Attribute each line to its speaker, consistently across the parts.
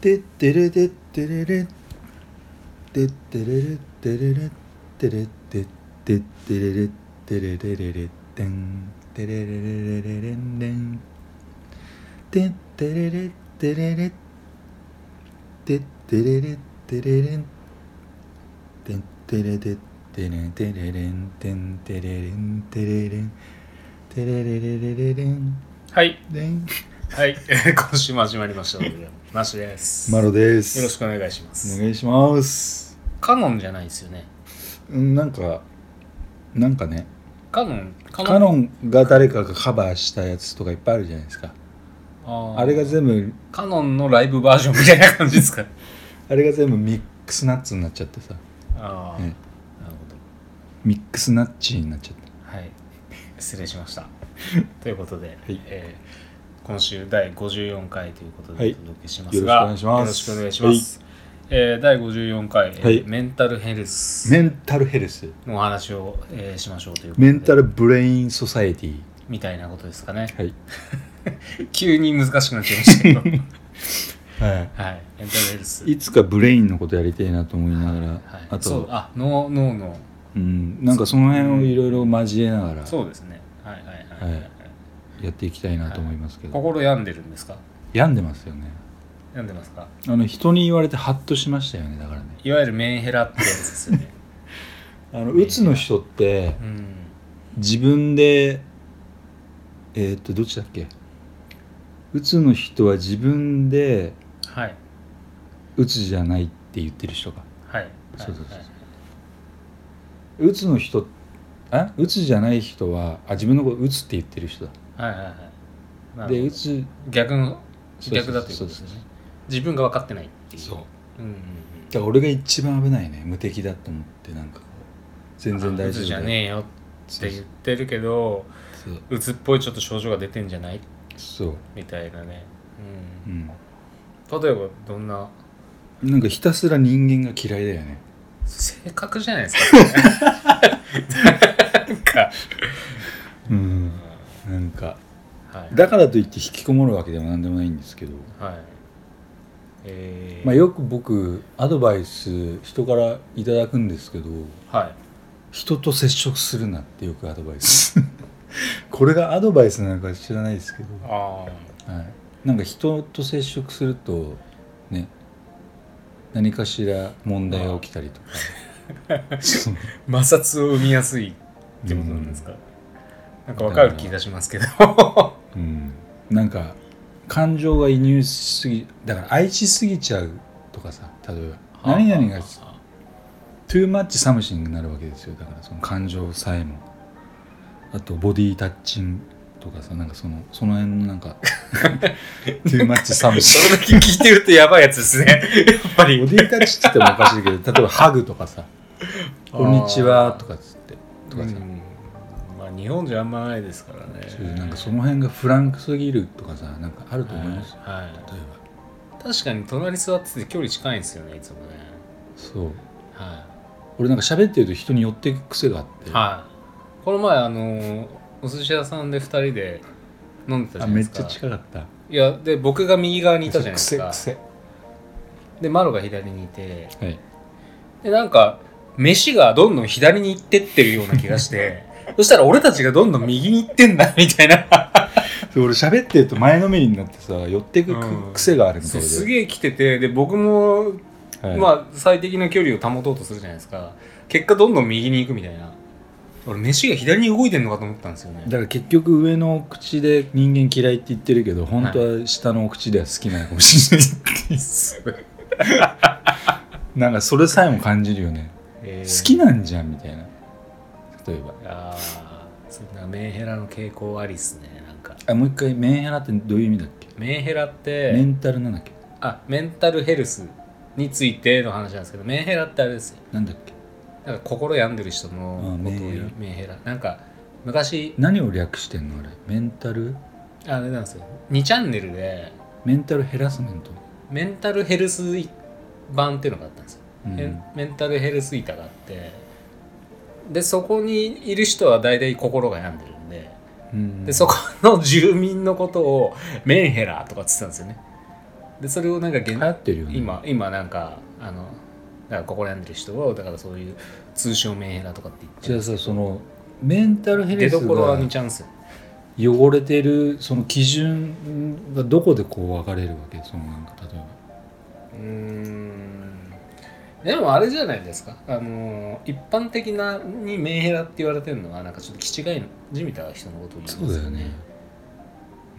Speaker 1: てってれでってれれてってれれってれれってれってってってれれってれれれれってんてれれれれれれんれんてってれれってれれてってれれってれれんてってれでってれてれれんてんてれれんてれれんてれれれれれれん
Speaker 2: はい、
Speaker 1: れん
Speaker 2: はい、 今週も始まりましたので、マシです。
Speaker 1: マ
Speaker 2: よ
Speaker 1: ロです
Speaker 2: ろしくお願いします。
Speaker 1: お願いします
Speaker 2: カノンじゃないですよね。
Speaker 1: うんなんかなんかね
Speaker 2: カノン、カ
Speaker 1: カノンが誰かがカバーしたやつとかいっぱいあるじゃないですか
Speaker 2: あー
Speaker 1: あれが全部
Speaker 2: カノンのライブバージョンみたいな感 じですか。
Speaker 1: あれが全部ミックスナッツになっちゃってさ、
Speaker 2: ああ、
Speaker 1: ね
Speaker 2: なるほど。
Speaker 1: ミックスナッチになっちゃった
Speaker 2: はい、失礼し ました。ということで、
Speaker 1: い
Speaker 2: えー今週第54回ということ
Speaker 1: はい
Speaker 2: でお届けしますが、
Speaker 1: よろしくお願いします
Speaker 2: よろしくお願いします。えー第54回、えー
Speaker 1: はい
Speaker 2: メンタルヘルス
Speaker 1: メンタルヘルス
Speaker 2: のお話を、えーしましょうということで
Speaker 1: メンタルブレインソサエティ
Speaker 2: みたいなことですかね。
Speaker 1: はい、
Speaker 2: 急に難しくなっちゃいましたけど は
Speaker 1: は
Speaker 2: いメンタルヘルス
Speaker 1: い、いつかブレインのことやりたいなと思いながら、
Speaker 2: はい、
Speaker 1: あ
Speaker 2: そ
Speaker 1: と
Speaker 2: うあ脳脳の
Speaker 1: うん、なんかその辺をいろいろ交えながら
Speaker 2: そうですねはいはいはい、はい
Speaker 1: はいやっていきたいなと思いますけど、
Speaker 2: 心病んでるんですか
Speaker 1: 病んでますよね
Speaker 2: 病んでますか
Speaker 1: あの人に言われてハッとしましたよねだからね
Speaker 2: いわゆるメンヘラってやつですよね
Speaker 1: あのうつの人って
Speaker 2: うん
Speaker 1: 自分でえーっとどっちだっけうつの人は自分で
Speaker 2: はい
Speaker 1: 鬱じゃないって言ってる人か
Speaker 2: はい
Speaker 1: そうそうそう
Speaker 2: はい
Speaker 1: 鬱の人あ鬱じゃない人はあ自分のこと鬱って言ってる人
Speaker 2: はいはいはい
Speaker 1: だ
Speaker 2: なるほど
Speaker 1: で鬱
Speaker 2: 逆の
Speaker 1: そうそう
Speaker 2: 逆だということです
Speaker 1: そ
Speaker 2: よ
Speaker 1: うそうそ
Speaker 2: ね自分が分かってないっていう
Speaker 1: そう
Speaker 2: うんうんうん
Speaker 1: だから俺が一番危ないね無敵だと思ってなんかこう全然大
Speaker 2: あ
Speaker 1: 丈
Speaker 2: 鬱
Speaker 1: 夫
Speaker 2: じゃ
Speaker 1: だ
Speaker 2: ねえよって言ってるけど
Speaker 1: そう
Speaker 2: うつっぽいちょっと症状が出てんじゃない
Speaker 1: そう
Speaker 2: みたいなね、うん
Speaker 1: うん
Speaker 2: 例えばどんな
Speaker 1: なんかひたすら人間が嫌いだよね
Speaker 2: 性格じゃないですか、ね、なんか、
Speaker 1: うんなんか
Speaker 2: はい、
Speaker 1: だからといって引きこもるわけでも何でもないんですけど
Speaker 2: はいえー
Speaker 1: まあ、よく僕アドバイス人からいただくんですけど
Speaker 2: はい
Speaker 1: 人と接触するなってよくアドバイス これがアドバイスなのか知らないですけど、
Speaker 2: あ
Speaker 1: はい、なんか人と接触するとね何かしら問題が起きたり とかそう
Speaker 2: 摩擦を生みやすいってことなんですか、なんか分かる気がしますけど
Speaker 1: うん、なんか感情が移入しすぎだから愛しすぎちゃうとかさ例えば何々がトゥーマッチサムシングになるわけですよだからその感情さえもあとボディタッチングとかさなんかそのその辺のなんか トゥーマッチサム
Speaker 2: そ
Speaker 1: シ
Speaker 2: れだけ聞いてるとやばいやつですねやっぱ
Speaker 1: ング
Speaker 2: り
Speaker 1: ボディタッチって言ってもおかしいけど例えばハグとかさ「こんにちは」と
Speaker 2: か
Speaker 1: かっつってとかさ、
Speaker 2: まあ日本じゃあんまないですからね
Speaker 1: そういうなんかその辺がフランクすぎるとかさなんかあると思います、
Speaker 2: はいはい
Speaker 1: 例えば
Speaker 2: 確かに隣座ってて距離近いんですよねいつもね
Speaker 1: そう
Speaker 2: は
Speaker 1: 俺なんか喋ってると人に寄っていく癖があって、
Speaker 2: い、はい、この前あのお寿司屋さんで2人で飲んでた
Speaker 1: あ
Speaker 2: じゃない
Speaker 1: め
Speaker 2: で
Speaker 1: っ
Speaker 2: すか
Speaker 1: ちゃ近かった
Speaker 2: いやで僕が右側にいたじゃないですか
Speaker 1: 癖
Speaker 2: でマロが左にいて
Speaker 1: 癖はい
Speaker 2: でなんか飯がどんどん左に行ってってるような気がして そしたら俺たちがどんどん右に行ってんだみたいな
Speaker 1: そう俺喋ってると前のめりになってさ寄ってく
Speaker 2: う
Speaker 1: く
Speaker 2: ん
Speaker 1: 癖があるみた
Speaker 2: そ
Speaker 1: いうです
Speaker 2: げえ来ててで僕も、
Speaker 1: はい
Speaker 2: まあ最適な距離を保とうとするじゃないですか結果どんどん右に行くみたいな俺飯が左に動いてんのかと思ったんです よね
Speaker 1: だから結局上の口で人間嫌いって言ってるけど本当は下の口では好きなのかもしれない、 なんかそれさえも感じるよね、好きなんじゃんみたいな例えば
Speaker 2: ああそんなメンヘラの傾向ありっすねなんか
Speaker 1: あもう一回メンヘラってどういう意味だっけ、
Speaker 2: メンヘラって
Speaker 1: メンタルなんだっけ
Speaker 2: あメンタルヘルスについての話なんですけどメンヘラってあれですよ
Speaker 1: なんだっけ
Speaker 2: なんか心病んでる人のことを
Speaker 1: あメンヘ
Speaker 2: 言
Speaker 1: ラ
Speaker 2: うメンヘラなんか昔
Speaker 1: 何を略してんのあれメンタル
Speaker 2: あれなんですよ2チャンネルで
Speaker 1: メンタルヘラスメント、
Speaker 2: メンタルヘルス版っていうのがあったんですよ、
Speaker 1: うん
Speaker 2: メンメンタルヘルス板があってでそこにいる人は大体心が病んでるんで
Speaker 1: うん
Speaker 2: でそこの住民のことをメンヘラとかっつってたんですよねでそれをなんか現
Speaker 1: 流行ってるよね
Speaker 2: 今今なんかあのだからここら辺でる人はだからそういう通称メンヘラとかって言って
Speaker 1: じゃあさそのメンタルヘル
Speaker 2: 出ど
Speaker 1: ス
Speaker 2: ころは
Speaker 1: が
Speaker 2: 2チャンス
Speaker 1: 汚れてるその基準がどこでこう分かれるわけそのなんか例えば
Speaker 2: うーんでもあれじゃないですかあの一般的なにメンヘラって言われてるのはなんかちょっと気違いじみた人のことを言うんです
Speaker 1: そうだよね、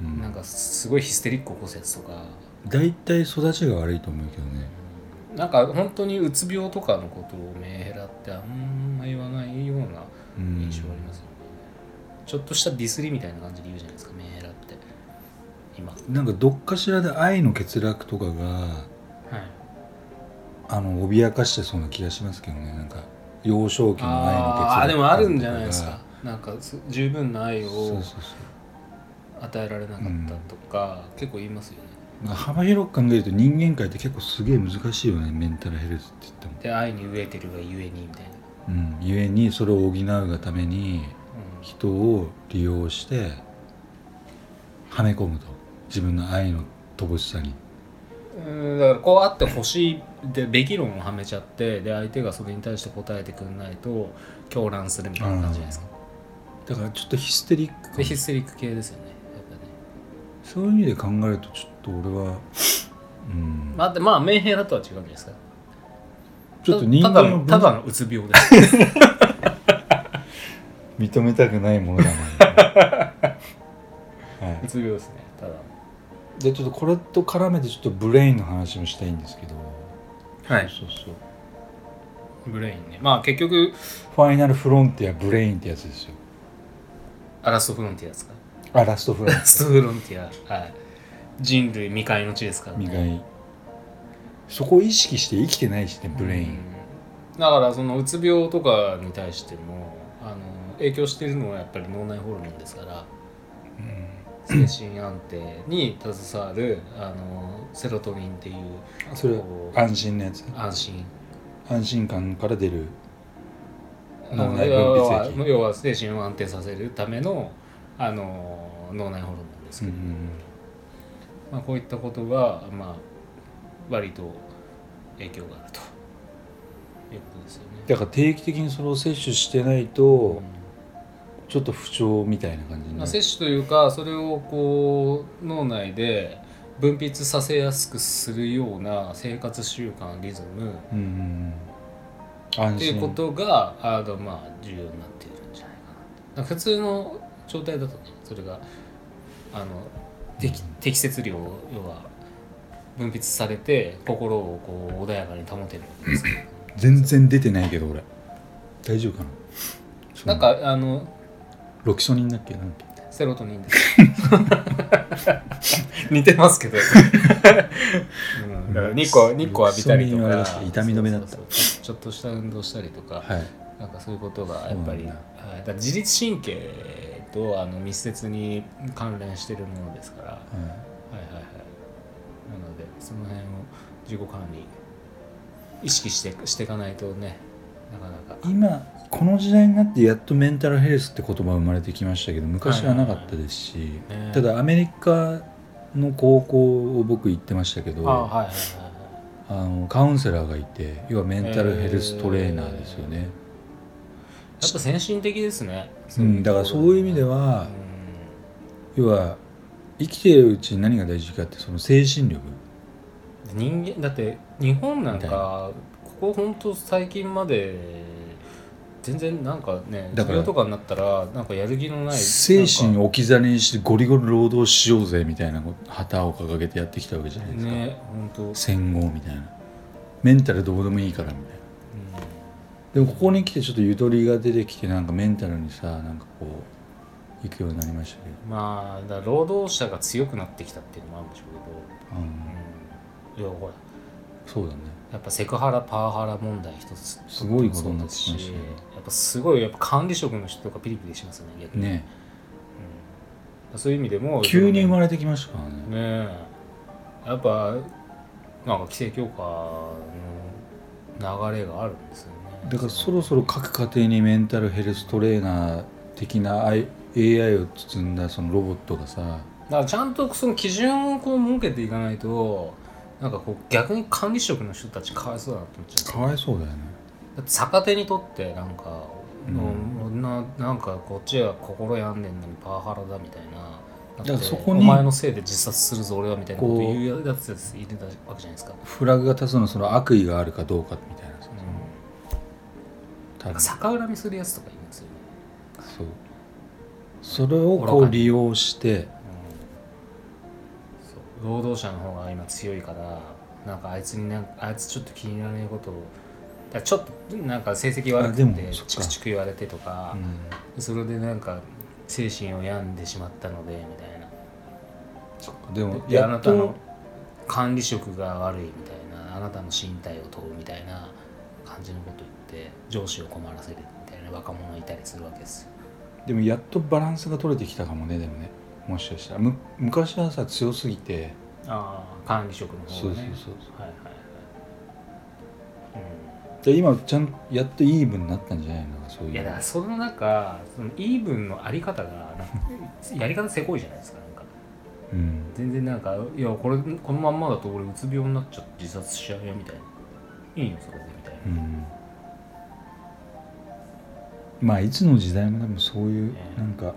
Speaker 1: うん、
Speaker 2: なんかすごいヒステリックを起こすやつとか
Speaker 1: 大体育ちが悪いと思うけどね
Speaker 2: なんか本当にうつ病とかのことをメンヘラってあんま言わないような
Speaker 1: うん
Speaker 2: 印象ありますよね、ちょっとしたディスりみたいな感じで言うじゃないですかメンヘラって今はい
Speaker 1: なんかどっかしらで愛の欠落とかがあの脅かしてそうな気がしますけどねなんか幼少期の愛の欠落
Speaker 2: あーでもあるんじゃないです
Speaker 1: と
Speaker 2: かなんかす十分な愛
Speaker 1: そうそう
Speaker 2: を
Speaker 1: そう
Speaker 2: 与えられなかったとか、結構言いますよね
Speaker 1: なんか幅広く考えると人間界って結構すげえ難しいよねメンタルヘルスって言っても
Speaker 2: で愛に飢えてるがゆえにみたいな、
Speaker 1: うんゆえにそれを補うがために人を利用してはめ込むと自分の愛の乏しさに
Speaker 2: うん、だからこうあってほしいでべき論をはめちゃってで相手がそれに対して答えてくんないと狂乱するみたいな感じじゃないですか
Speaker 1: だからちょっとヒステリックかも
Speaker 2: でヒステリック系ですよねやっぱね
Speaker 1: そういう意味で考えるとちょっと俺 はうん
Speaker 2: まあでまあメンヘラとは違うんじゃないですか
Speaker 1: ちょっと人
Speaker 2: た
Speaker 1: 間
Speaker 2: だ
Speaker 1: の
Speaker 2: の
Speaker 1: 分
Speaker 2: ただのうつ病です
Speaker 1: 認めたくないものだな、 は
Speaker 2: うつ病ですねただ
Speaker 1: い、でちょっとこれと絡めてちょっとブレインの話もしたいんですけど
Speaker 2: はい
Speaker 1: そうそう
Speaker 2: ブレインねまあ結局
Speaker 1: ファイナルフロンティアブレインってやつですよ
Speaker 2: アラストフロンティアですか
Speaker 1: あラストフロン
Speaker 2: アラストフロンティアはい人類未開の地です から、
Speaker 1: 未開そこを意識して生きてないしねブレイン、
Speaker 2: うんだからそのうつ病とかに対してもあの影響しているのはやっぱり脳内ホルモンですから精神安定に携わるあのセロトニンっていう
Speaker 1: それ
Speaker 2: こう
Speaker 1: 安心なやつ
Speaker 2: 安心
Speaker 1: 安心感から出る脳
Speaker 2: 脳
Speaker 1: 内分泌
Speaker 2: 内要
Speaker 1: 液
Speaker 2: は要は精神を安定させるためのあの脳内ホルモンですけど、まあ、こういったことが、まあ、割と影響があるということですよね。
Speaker 1: だから定期的にそれを摂取してないと
Speaker 2: うん
Speaker 1: ちょっと不調みたいな感じに
Speaker 2: ま
Speaker 1: な
Speaker 2: あ、
Speaker 1: る
Speaker 2: 摂取というかそれをこう脳内で分泌させやすくするような生活習慣リズム
Speaker 1: うんうんうん安
Speaker 2: っていうことがあのまあ重要になっているんじゃないかななんか普通の状態だとねそれがあの適適切量要は分泌されて心をこう穏やかに保てるわけですけど
Speaker 1: 全然出てないけど俺大丈夫かなその
Speaker 2: なんかあの
Speaker 1: ロキソニンだっけなんだっけ
Speaker 2: セロトニンです 似てますけ ど、うん、だから日光日光浴びたり
Speaker 1: ロキソ
Speaker 2: と
Speaker 1: ニンはあれ
Speaker 2: か
Speaker 1: だし痛み止めだった
Speaker 2: そうそうそうちょっとした運動したりとか、
Speaker 1: はい
Speaker 2: なんかそういうことがやっぱり、
Speaker 1: そうなん
Speaker 2: はい、だから自律神経とあの密接に関連してるものですから、は
Speaker 1: はい
Speaker 2: はいはい、なのでその辺を自己管理意識してしていかないとねなかなか
Speaker 1: い今この時代になってやっとメンタルヘルスって言葉生まれてきましたけど昔はなかったですし、
Speaker 2: はいはいはいね
Speaker 1: ただアメリカの高校を僕行ってましたけど
Speaker 2: あはいはいはいはい
Speaker 1: あのカウンセラーがいて要はメンタルヘルストレーナーですよね、
Speaker 2: やっぱ先進的ですね。
Speaker 1: うん、だからそういう意味で
Speaker 2: は、
Speaker 1: は、要は生きてるうちに何が大事かってその精神力
Speaker 2: うん人間だって日本なん
Speaker 1: みたい
Speaker 2: かここ本当最近まで全然なんかね
Speaker 1: だか
Speaker 2: 持
Speaker 1: ら
Speaker 2: 病とかになったらなんかやる気のない
Speaker 1: 精神
Speaker 2: を
Speaker 1: を置き去りにしてゴリゴリ労働しようぜみたいなこと旗を掲げてやってきたわけじゃないですか、
Speaker 2: ね本当、うん
Speaker 1: 戦後みたいなメンタルどうでもいいからみたいなでもここに来てちょっとゆとりが出てきてなんかメンタルにさなんかこう行くようになりましたけど
Speaker 2: まあだから労働者が強くなってきたっていうのもあるんでしょう
Speaker 1: あの
Speaker 2: けど、うん、いやほら
Speaker 1: そうだね
Speaker 2: やっぱセクハラパワハラ問題一つ
Speaker 1: すごいことになってきました
Speaker 2: そう
Speaker 1: ね
Speaker 2: ですやっぱすごいやっぱ管理職の人とかピリピリしますよね逆に
Speaker 1: ね
Speaker 2: うんそういう意味でも
Speaker 1: 急に生まれてきましたからね
Speaker 2: ねえやっぱなんか規制強化の流れがあるんですよね
Speaker 1: だからそろそろ各家庭にメンタルヘルストレーナー的な I- AI を包んだそのロボットがさ
Speaker 2: だからちゃんとその基準をこう設けていかないとなんかこう逆に管理職の人たちかわいそうだなと思っちゃう
Speaker 1: かわいそうだよね
Speaker 2: だって逆手にとってなんか、
Speaker 1: うん
Speaker 2: もうななんかこっちは心病んでんのにパワハラだみたい
Speaker 1: だ
Speaker 2: な
Speaker 1: からそこ
Speaker 2: お
Speaker 1: に
Speaker 2: 前のせいで自殺するぞ俺はみたいなこと
Speaker 1: こう
Speaker 2: 言うやつやついてたわけじゃないですか、
Speaker 1: フラグが立つのはその悪意があるかどうかみたいなさ
Speaker 2: うん、
Speaker 1: 多
Speaker 2: なん
Speaker 1: 分
Speaker 2: か
Speaker 1: そ
Speaker 2: 逆恨みするやつとかいるんですよね、
Speaker 1: うそれをこ
Speaker 2: 愚
Speaker 1: う
Speaker 2: かに
Speaker 1: 利用して
Speaker 2: そう労働者の方が今強いからなんかあいつになんあいつちょっと気に入らないことをだからちょっとなんか成績悪
Speaker 1: あ
Speaker 2: く
Speaker 1: で
Speaker 2: て
Speaker 1: もそっか
Speaker 2: チクチク言われてとか、それでなんか精神を病んでしまったのでみたいな
Speaker 1: うんでも
Speaker 2: であ
Speaker 1: や
Speaker 2: な
Speaker 1: った
Speaker 2: の
Speaker 1: と
Speaker 2: 管理職が悪いみたいなあなたの身体を問うみたいな感じのこと言って上司を困らせるみたいな若者いたりするわけですよ
Speaker 1: でもやっとバランスが取れてきたかもねでもねもしかしたらむ昔はさ強すぎて
Speaker 2: ああ管理職の
Speaker 1: そう
Speaker 2: 方が
Speaker 1: そう
Speaker 2: ね
Speaker 1: そう
Speaker 2: はいはいはい、うん
Speaker 1: で今ちゃんやっとイーブンになったんじゃないのかそういう
Speaker 2: いやだからその中そのイーブンのあり方がなんかやり方せこいじゃないですかなんか
Speaker 1: うん
Speaker 2: 全然なんかいやこれこのまんまだと俺うつ病になっちゃって自殺しちゃうよみたいないいよそれでみたいな、
Speaker 1: うんまあいつの時代もでもそういう
Speaker 2: ね
Speaker 1: なんか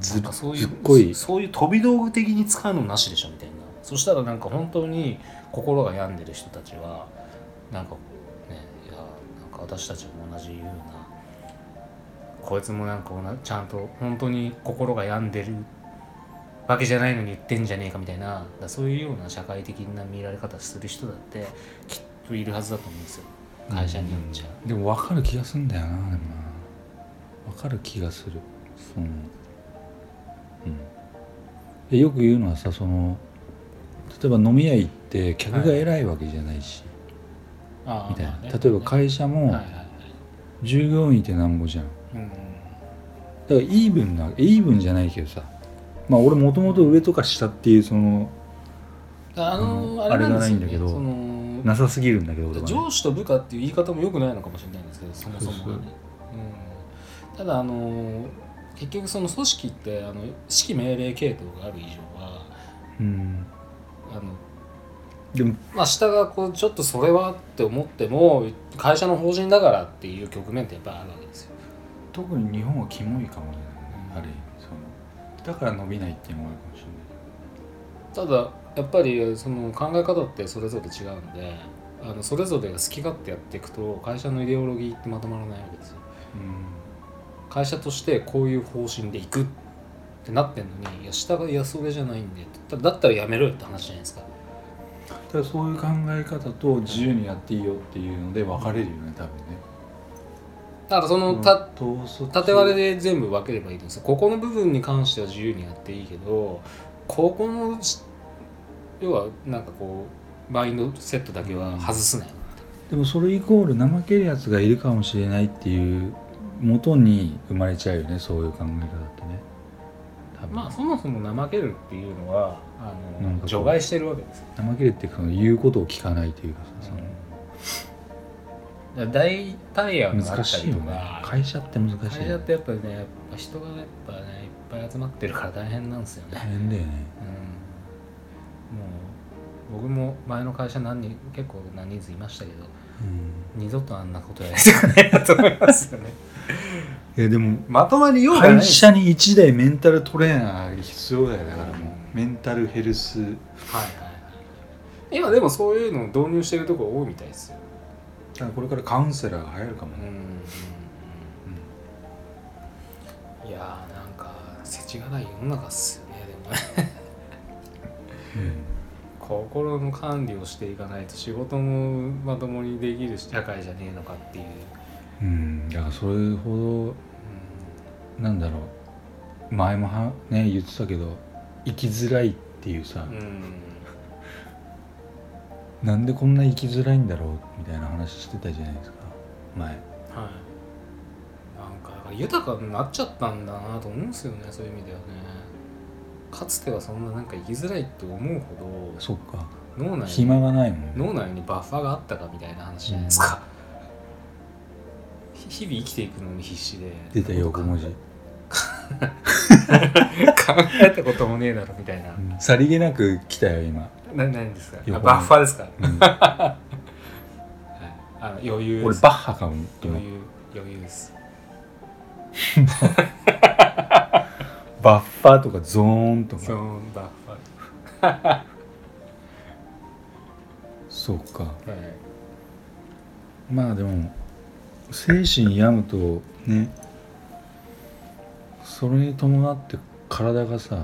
Speaker 1: ず
Speaker 2: なん
Speaker 1: る
Speaker 2: かそうい
Speaker 1: ずっ
Speaker 2: う
Speaker 1: こい
Speaker 2: そういう飛び道具的に使うのなしでしょみたいなそしたらなんか本当に心が病んでる人たちはなんかこうねいやなんか私たちも同じようなこいつもなんか同じちゃんと本当に心が病んでるわけじゃないのに言ってんじゃねえかみたいなだからそういうような社会的な見られ方する人だってきっといるはずだと思うんですよ会社によっちゃ。
Speaker 1: うんでも分かる気がするんだよなでもな分かる気がするそのうんでよく言うのはさその例えば飲み屋行って客が偉いわけじゃないし、
Speaker 2: ああ
Speaker 1: みたいな、
Speaker 2: まあね
Speaker 1: 例えば会社も
Speaker 2: はいはいはい
Speaker 1: 従業員いてなんぼじゃんだ
Speaker 2: うん
Speaker 1: からイーブンなイーブンじゃないけどさまあ俺もともと上とか下っていうその
Speaker 2: あの
Speaker 1: あの
Speaker 2: あれな
Speaker 1: あれが
Speaker 2: んですよ、ね、
Speaker 1: ないんだけど
Speaker 2: その
Speaker 1: なさすぎるんだけど俺はね、
Speaker 2: 上司と部下っていう言い方もよくないのかもしれないんですけどそもそもがねうん、ただあの結局その組織ってあの指揮命令系統がある以上は
Speaker 1: うん、
Speaker 2: あの、
Speaker 1: でも
Speaker 2: まあ、下がこうちょっとそれはって思っても会社の法人だからっていう局面ってやっぱりあるわけですよ、
Speaker 1: 特に日本はキモいかもね
Speaker 2: うん
Speaker 1: ある意味そのだから伸びないっていうのもあるかもしれない
Speaker 2: ただやっぱりその考え方ってそれぞれ違うんであのそれぞれが好き勝手やっていくと会社のイデオロギーってまとまらないわけですよ会社としてこういう方針でいくってなってんのにいや下がいやそれじゃないんでだだったらやめろよって話じゃないですか
Speaker 1: ただそういう考え方と自由にやっていいよっていうので分かれるよね多分ね
Speaker 2: だからその、
Speaker 1: う
Speaker 2: た
Speaker 1: ん統率
Speaker 2: 縦割れで全部分ければいいんですよここの部分に関しては自由にやっていいけどここのし要はなんかこうマインドセットだけは外すなよ
Speaker 1: でもそれイコール怠けるやつがいるかもしれないっていう元に生まれちゃうよねそういう考え方ってね多分、
Speaker 2: まあそもそも怠けるっていうのはあ
Speaker 1: なん
Speaker 2: の
Speaker 1: かこう
Speaker 2: 除外してるわけですよ
Speaker 1: 怠けるっていうかその言うことを聞かないというかさ、
Speaker 2: だから代替案
Speaker 1: そ
Speaker 2: があ
Speaker 1: の
Speaker 2: った
Speaker 1: 難し
Speaker 2: りとか
Speaker 1: いよね会社って難しいよね
Speaker 2: 会社ってやっぱりねやっぱ人がやっぱねいっぱい集まってるから大変なんですよ
Speaker 1: 大
Speaker 2: ね、
Speaker 1: 変だよね
Speaker 2: うん、もう僕も前の会社何人結構何人数いましたけど
Speaker 1: うん
Speaker 2: 二度とあんなことやりたくないなと思いますよね
Speaker 1: いやでも
Speaker 2: まとまりようがない
Speaker 1: 会社に1台メンタルトレーナー必要だよだからもうメンタルヘルス
Speaker 2: はいはいはい今でもそういうのを導入してるとこ多いみたいですよ、
Speaker 1: だからこれからカウンセラーが流行るかも
Speaker 2: うん
Speaker 1: ね、
Speaker 2: いやーなんか世知がない世の中っすよねでもね心の管理をしていかないと仕事もまともにできる社会じゃねえのかっていう、
Speaker 1: うん、だからそれほどなんだろう前もはね言ってたけど生きづらいっていうさ、
Speaker 2: うんうん
Speaker 1: なんでこんな生きづらいんだろうみたいな話してたじゃないですか前
Speaker 2: はいなんかだから豊かになっちゃったんだなと思うんですよねそういう意味ではねかつてはそんななんか生きづらいって思うほ
Speaker 1: そっか
Speaker 2: ど脳内に
Speaker 1: 暇がないもん
Speaker 2: 脳内にバッファがあったかみたいな話じゃないですか、ひ日々生きていくのに必死で
Speaker 1: 出た横文字、
Speaker 2: 考えたこともねえだろみたいな
Speaker 1: さりげなく来たよ今
Speaker 2: な何ですか
Speaker 1: 横
Speaker 2: あ
Speaker 1: に
Speaker 2: バッファーですか、
Speaker 1: うん
Speaker 2: はい、あの余裕で
Speaker 1: 俺
Speaker 2: す
Speaker 1: バッハかも
Speaker 2: 余裕余裕です
Speaker 1: バッファとかゾーンと
Speaker 2: そ
Speaker 1: か
Speaker 2: のバッファ
Speaker 1: そうか
Speaker 2: ーはい
Speaker 1: まあでも精神病むとねそれに伴って体がさ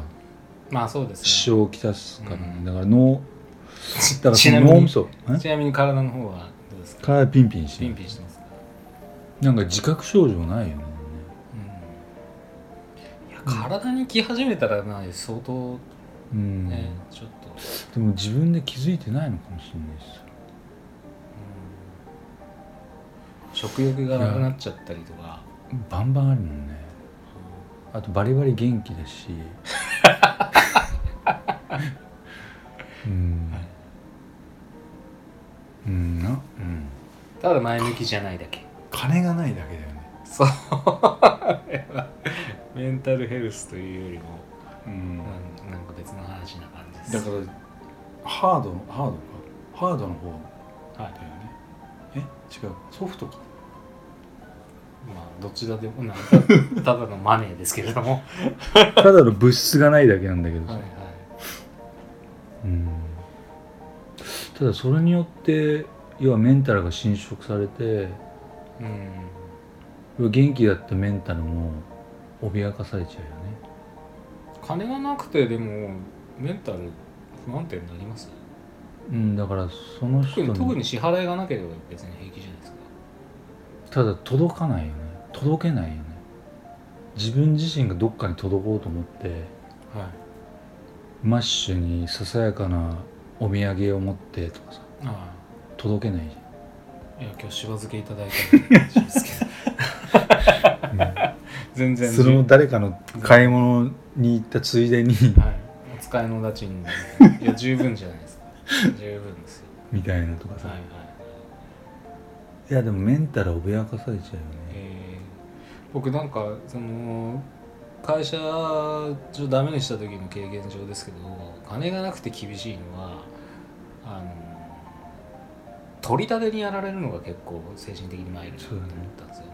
Speaker 2: まあそうです
Speaker 1: 支
Speaker 2: ね
Speaker 1: 障をきたすからね、
Speaker 2: うん
Speaker 1: だから脳だから
Speaker 2: ち
Speaker 1: そ
Speaker 2: な
Speaker 1: の
Speaker 2: みに
Speaker 1: 脳みそえ
Speaker 2: ちなみに体の方はどうですか
Speaker 1: 体ピンピンして
Speaker 2: ピ
Speaker 1: る
Speaker 2: ンピンしてますか、
Speaker 1: なんか自覚症状ないよね
Speaker 2: うん、いや体に来始めたらな相当
Speaker 1: うん、
Speaker 2: ね、ちょっと、うん
Speaker 1: でも自分で気づいてないのかもしれないです
Speaker 2: 食欲がなくなっちゃったりとか、
Speaker 1: バンバンあるもんねあとバリバリ元気だ しうんうんなうん
Speaker 2: ただ前向きじゃないだけ
Speaker 1: 金がないだけだよね
Speaker 2: そうメンタルヘルスというよりも
Speaker 1: うん
Speaker 2: なんなんか別の話な感じです
Speaker 1: だからハードハードかハードの方
Speaker 2: ら、はい
Speaker 1: だよねえ違うソフトか
Speaker 2: まあどちらでもなんかただのマネーですけれども
Speaker 1: ただの物質がないだけなんだけど
Speaker 2: はいはい
Speaker 1: うんただそれによって要はメンタルが侵食されて
Speaker 2: うん
Speaker 1: 元気だったメンタルも脅かされちゃうよね
Speaker 2: 金がなくてでもメンタル不安定になります
Speaker 1: うんだからその
Speaker 2: 特
Speaker 1: 人
Speaker 2: に
Speaker 1: に
Speaker 2: 特に支払いがなければ別に平気じゃないですか
Speaker 1: ただ届かないよね届けないよね自分自身がどっかに届こうと思って
Speaker 2: はい
Speaker 1: マッシュにささやかなお土産を持ってとかさ
Speaker 2: あ
Speaker 1: 届けないじ
Speaker 2: あいや今日しば漬けいただいたんですけど全
Speaker 1: ゃん
Speaker 2: 然
Speaker 1: それも誰かの買い物に行ったついでに
Speaker 2: はい、お使いの立ちにいや十分じゃないですか十分ですよ
Speaker 1: みたいなとかさ、、
Speaker 2: はいはいい
Speaker 1: やでもメンタル脅かされちゃうよね
Speaker 2: えー僕なんかその会社ちょっとダメにした時の経験上ですけど金がなくて厳しいのはあの取り立てにやられるのが結構精神的に参るなと
Speaker 1: そう
Speaker 2: 思
Speaker 1: だ
Speaker 2: っ
Speaker 1: ね
Speaker 2: たんですよね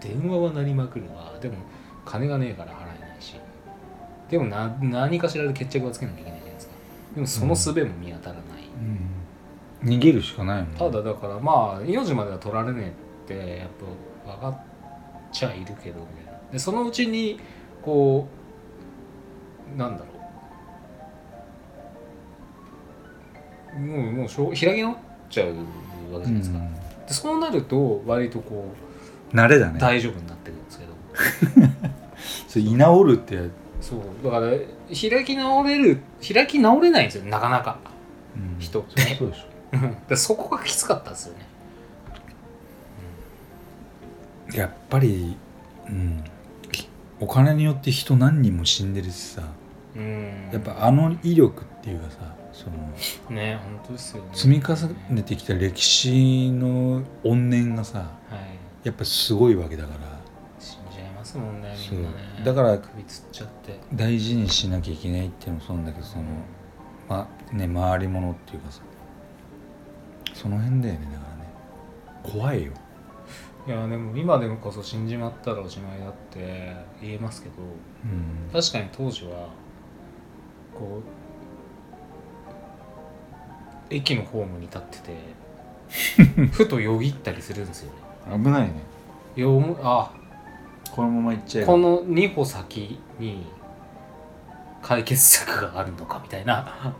Speaker 2: 電話は鳴りまくるわでも金がねえから払えないしでもな何かしらで決着はつけなきゃいけないじゃないですかでもその術も見当たらない、
Speaker 1: うん逃げるしかないもんね
Speaker 2: ただだからまあ命までは取られねえってやっぱ分かっちゃいるけどみたいなでそのうちにこうなんだろうもうもうしょう開き直っちゃうわけじゃないですか、
Speaker 1: うん
Speaker 2: でそうなると割とこ
Speaker 1: 慣れだ
Speaker 2: う
Speaker 1: ね
Speaker 2: 大丈夫になってくるんですけど、
Speaker 1: それ居直るってやうん
Speaker 2: そうだから開き直れる開き直れないんですよなかなか 人ってね
Speaker 1: そうでしょ
Speaker 2: でそこがきつかったですよね
Speaker 1: やっぱり、うん、お金によって人何人も死んでるしさ
Speaker 2: うん
Speaker 1: やっぱあの威力っていうかさその
Speaker 2: ね本当ですよね
Speaker 1: 積み重ねてきた歴史の怨念がさ
Speaker 2: はい
Speaker 1: やっぱすごいわけだから
Speaker 2: 死んじゃいますもんね
Speaker 1: そ
Speaker 2: み
Speaker 1: うん
Speaker 2: なね
Speaker 1: だから
Speaker 2: 首つっちゃって
Speaker 1: 大事にしなきゃいけないっていうのもそうなんだけどその、まね、回り物っていうかさその辺だよねだからね怖いよ
Speaker 2: いやでも今でもこそ死んじまったらおしまいだって言えますけど
Speaker 1: うん
Speaker 2: 確かに当時はこう駅のホームに立って てふとよぎったりするんですよね
Speaker 1: 危ないね
Speaker 2: よむあ
Speaker 1: このままいっちゃえば
Speaker 2: この2歩先に解決策があるのかみたいな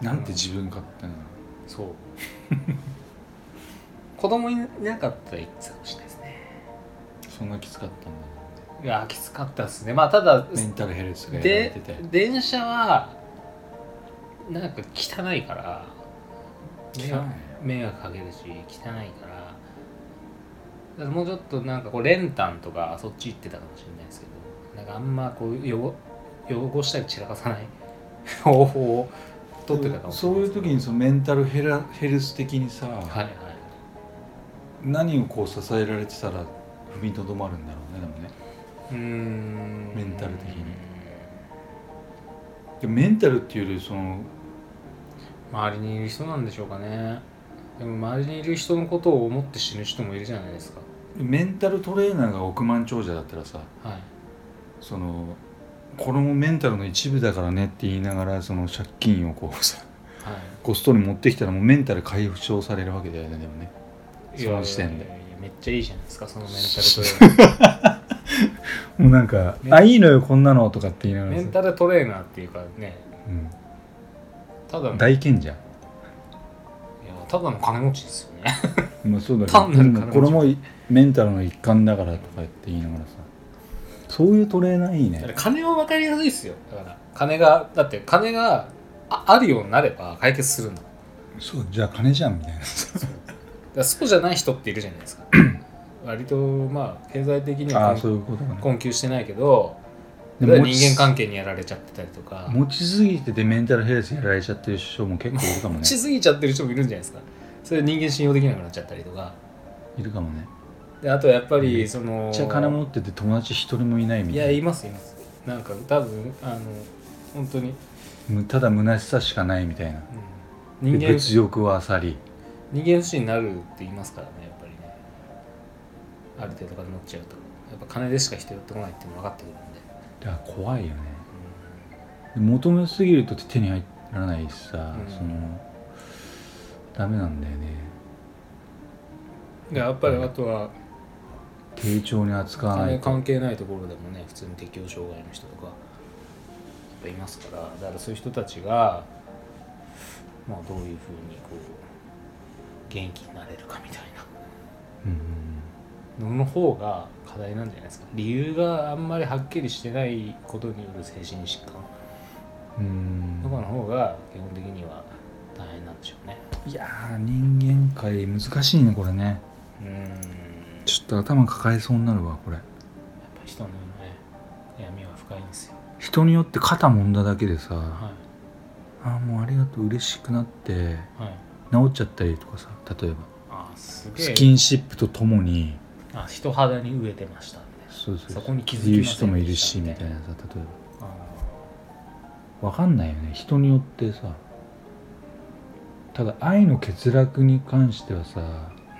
Speaker 1: なんて自分勝手なの
Speaker 2: そう 子供いなかったらいつかもしれないですね
Speaker 1: そんなきつかったんだね
Speaker 2: いやきつかったですねまあただ
Speaker 1: メンタルヘルスがやられ
Speaker 2: で
Speaker 1: てて
Speaker 2: 電車はなんか汚いから迷惑迷惑かけるし汚いからだからもうちょっとなんかこう練炭とかそっち行ってたかもしれないですけどなんかあんまこうよご汚したり散らかさない方法を取ってたかもしれ
Speaker 1: そう
Speaker 2: ない
Speaker 1: い
Speaker 2: で
Speaker 1: う
Speaker 2: すけど
Speaker 1: 時にそのメンタルヘラヘルス的にさ、
Speaker 2: はいはい
Speaker 1: 何をこう支えられてたら踏みとどまるんだろうねでもね
Speaker 2: うーん
Speaker 1: メンタル的にでメンタルっていうよりその
Speaker 2: 周りにいる人なんでしょうかねでも周りにいる人のことを思って死ぬ人もいるじゃないですか
Speaker 1: メンタルトレーナーが億万長者だったらさ
Speaker 2: はい
Speaker 1: そのこれもメンタルの一部だからねって言いながらその借金をこうさ
Speaker 2: は
Speaker 1: こっそり持ってきたらもうメンタル解消されるわけだよねでもね
Speaker 2: い
Speaker 1: その時点で
Speaker 2: いやいやいやめっちゃいいじゃないですかそのメンタルトレー
Speaker 1: もうなんか「
Speaker 2: ね
Speaker 1: あいいのよこんなの」とかって言いな
Speaker 2: ナー
Speaker 1: がら
Speaker 2: メ
Speaker 1: さ
Speaker 2: ンタルトレーナーっていうかねた
Speaker 1: う
Speaker 2: だの
Speaker 1: ん、
Speaker 2: い
Speaker 1: 大賢者、
Speaker 2: やただの金持ちですよね
Speaker 1: まあ、そうだけ
Speaker 2: 単なる
Speaker 1: ど
Speaker 2: 金持ち
Speaker 1: これもメンタルの一環だからとかって言いながらさそういうトレーナーいい
Speaker 2: だから
Speaker 1: ね
Speaker 2: 金は分かりやすいですよだから金がだって金がああるようになれば解決するんだだか
Speaker 1: そうじゃあ金じゃんみたいな
Speaker 2: らそうじゃない人っているじゃな いですか割とまあ経済的に
Speaker 1: あ
Speaker 2: は
Speaker 1: あそういうことかね
Speaker 2: 困窮してないけど
Speaker 1: で
Speaker 2: 人
Speaker 1: も
Speaker 2: 間
Speaker 1: 持ち
Speaker 2: 関係にやられちゃってたりとか
Speaker 1: 持ちすぎててメンタルヘルスやられちゃってる人も結構いるかも
Speaker 2: 持
Speaker 1: ね
Speaker 2: ちすぎちゃってる人もいるんじゃないですかそれで人間信用できなくなっちゃったりとか
Speaker 1: いるかもね
Speaker 2: であとやっぱ
Speaker 1: め
Speaker 2: り
Speaker 1: っ
Speaker 2: その
Speaker 1: めっちゃ金持ってて友達一人もいないみ
Speaker 2: い
Speaker 1: た
Speaker 2: や
Speaker 1: い
Speaker 2: い
Speaker 1: な
Speaker 2: ますいますなんか多分あの本当に、
Speaker 1: むただ虚しさしかないみたいな
Speaker 2: うん人
Speaker 1: で
Speaker 2: 間
Speaker 1: 物欲をあさり
Speaker 2: 人間不信になるって言いますからねやっぱりねある程度金持っちゃうとやっぱ金でしか人寄ってこないっていうの分かってくるんで、
Speaker 1: だから怖いよねで求めすぎると手に入らないしさ、
Speaker 2: うん
Speaker 1: そのダメなんだよね
Speaker 2: うんでやっぱりあとは
Speaker 1: 丁重に扱わな
Speaker 2: 金
Speaker 1: いと
Speaker 2: 関係ないところでもね普通に適応障害の人とかやっぱいますからだからそういう人たちがまあどういうふうにこう元気になれるかみたい
Speaker 1: うん
Speaker 2: なのの方が課題なんじゃないですか理由があんまりはっきりしてないことによる精神疾患
Speaker 1: うんうん
Speaker 2: とかの方が基本的には大変なんでしょうね
Speaker 1: いやー人間界難しいねこれね
Speaker 2: うーんやっ
Speaker 1: ちょっと頭抱えそうになるわこれ
Speaker 2: ぱ人のね闇は深いんですよ
Speaker 1: 人によって肩もんだだけでさ、
Speaker 2: は
Speaker 1: ああもうありがとう嬉しくなって
Speaker 2: いはい
Speaker 1: 治っちゃったりとかさ例えば
Speaker 2: あすげえ
Speaker 1: スキンシップとともに
Speaker 2: あ人肌に飢えてましたみたいな
Speaker 1: そうそう
Speaker 2: そこに気づきませ
Speaker 1: い
Speaker 2: んで
Speaker 1: う
Speaker 2: した
Speaker 1: 人もいるしみ
Speaker 2: み
Speaker 1: た
Speaker 2: た
Speaker 1: い
Speaker 2: い
Speaker 1: な
Speaker 2: な
Speaker 1: さ例え
Speaker 2: あ
Speaker 1: ば分かんないよね人によってさただ愛の欠落に関してはさ
Speaker 2: ーう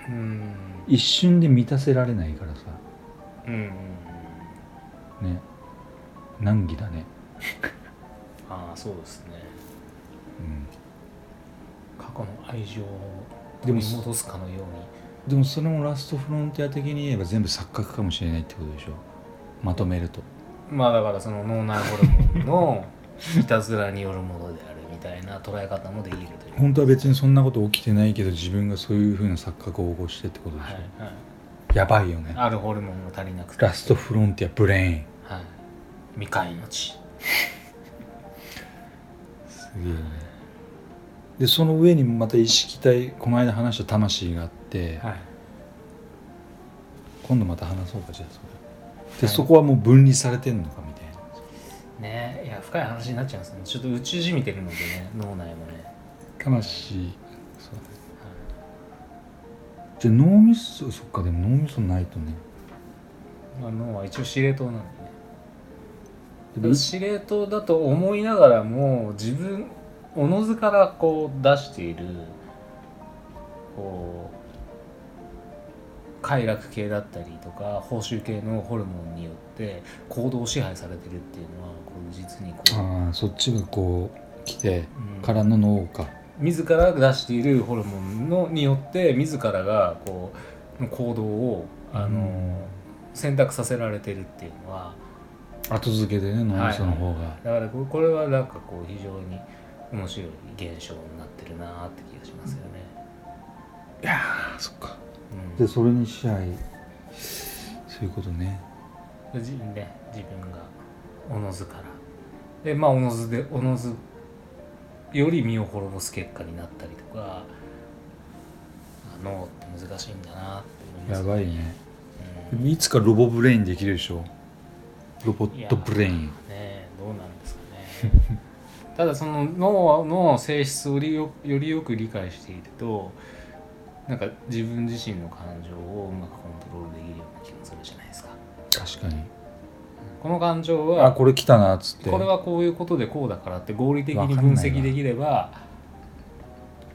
Speaker 2: ーん
Speaker 1: 一瞬で満たせられないからさ
Speaker 2: うんうんうん
Speaker 1: ね難儀だね
Speaker 2: ああそうですね
Speaker 1: うん
Speaker 2: 過去の愛情を
Speaker 1: で
Speaker 2: 取
Speaker 1: も
Speaker 2: り戻すかのように
Speaker 1: でもそれもラストフロンティア的に言えば全部錯覚かもしれないってことでしょまとめると
Speaker 2: まあだからその脳内ホルモンのいたずらによるものであるみたいな捉え方もできるという
Speaker 1: 本当は別にそんなこと起きてないけど自分がそういうふうな錯覚を起こしてってことでしょ、
Speaker 2: はいはい
Speaker 1: やばいよね
Speaker 2: あるホルモンが足りなくて、は
Speaker 1: ラストフロンティアブレイン
Speaker 2: い、未開の地
Speaker 1: すげえねでその上にまた意識体この間話した魂があって、
Speaker 2: はい
Speaker 1: 今度また話そうかじゃあそれで、
Speaker 2: はい
Speaker 1: そこはもう分離されてんのかみたいな
Speaker 2: ねいや深い話になっちゃうんですねちょっと宇宙じみてるのでね脳内もね、
Speaker 1: 魂そう
Speaker 2: は
Speaker 1: じゃあ脳みそそっかでも脳みそないとね
Speaker 2: いまあ、脳は一応司令塔なんでね
Speaker 1: で
Speaker 2: だ
Speaker 1: も
Speaker 2: から司令塔だと思いながらも自分おのずからこう出しているこう快楽系だったりとか報酬系のホルモンによって行動支配されてるっていうのはこう実にこう、
Speaker 1: ああそっちがこう来て
Speaker 2: うん
Speaker 1: からの脳か、
Speaker 2: 自らが出しているホルモンのによって自らがこう行動をあの、
Speaker 1: うん
Speaker 2: 選択させられてるっていうのは
Speaker 1: 後付けでね脳みその方が、
Speaker 2: だからここれはなんかこう非常に面白い現象になってるなって気がしますよね。
Speaker 1: あそっか
Speaker 2: う
Speaker 1: でそれに支配そういうことね
Speaker 2: ん、自分ね自分がおのずからでまあおのずでおのずより身を滅ぼす結果になったりとかあ脳って難しいんだなって思います
Speaker 1: や
Speaker 2: ね
Speaker 1: ばいね
Speaker 2: うん
Speaker 1: いつかロボブレインできるでしょロボットブレイ
Speaker 2: いや
Speaker 1: ン
Speaker 2: ーねどうなんですかねただその脳の性質をりよよりよく理解しているとなんか自分自身の感情をうまくコントロールできるような気がするじゃないですか
Speaker 1: 確かに
Speaker 2: この感情
Speaker 1: あ
Speaker 2: は
Speaker 1: これ来たなっつって
Speaker 2: これはこういうことでこうだからって合理的に分析できれば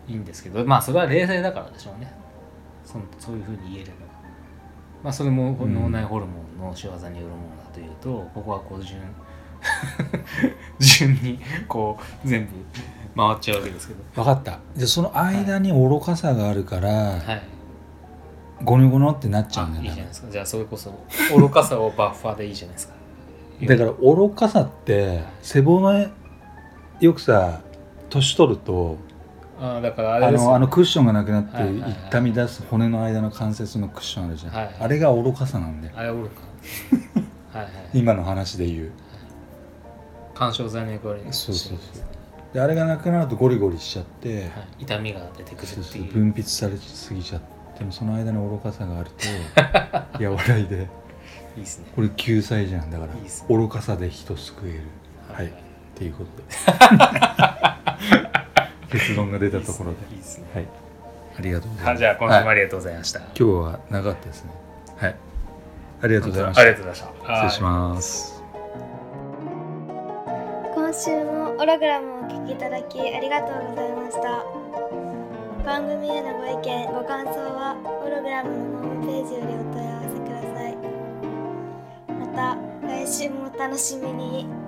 Speaker 2: いいんですけどまあそれは冷静だからでしょうねそのそういうふうに言えるのは、まあ、それも
Speaker 1: うん
Speaker 2: 脳内ホルモンの仕業によるものだというと、ここはこう順 順にこう全部回っちゃうわけですけど
Speaker 1: 分かったじゃあその間に愚かさがあるから、
Speaker 2: はい
Speaker 1: ゴニョゴニョってなっちゃうん
Speaker 2: あいい
Speaker 1: だ
Speaker 2: じゃ
Speaker 1: よ
Speaker 2: ない
Speaker 1: ね
Speaker 2: ですかじゃあそれこそ愚かさをバッファーでいいじゃないですか
Speaker 1: だから愚かさって背骨よくさ年取ると
Speaker 2: あーだからあ
Speaker 1: あ
Speaker 2: れですよ
Speaker 1: のあのクッションがなくなって
Speaker 2: はいはいはい
Speaker 1: 痛み出す骨の間の関節のクッションあるじゃん、
Speaker 2: はい
Speaker 1: あれが愚かさなんだよ
Speaker 2: あ れ愚かはいはい
Speaker 1: 今の話で言う
Speaker 2: 干渉剤の役割に
Speaker 1: そうそう
Speaker 2: して
Speaker 1: そ
Speaker 2: る
Speaker 1: うであれがなくなるとゴリゴリしちゃって、
Speaker 2: はい、痛みが出てくる
Speaker 1: そう
Speaker 2: って
Speaker 1: そ
Speaker 2: いうう
Speaker 1: 分泌されすぎちゃってでもその間に愚かさがある と和らいで
Speaker 2: いいですね
Speaker 1: これ救済じゃんだから
Speaker 2: いいっすね
Speaker 1: 愚かさで人救えるはい、っていう ことで結論が出たところで
Speaker 2: いいですね
Speaker 1: はいありがとうございます
Speaker 2: はいじゃあ今週もあ
Speaker 1: はい
Speaker 2: りがとうございました、
Speaker 1: 今日は長かったですねはいありがとうございまし
Speaker 2: あ
Speaker 1: た
Speaker 2: り
Speaker 1: 失
Speaker 2: がとうございました
Speaker 1: 礼します、
Speaker 3: 今週もオログラムをお聞きいただきありがとうございました番組へのご意見ご感想はオログラムのホームページよりお問い合わせくださいまた来週もお楽しみに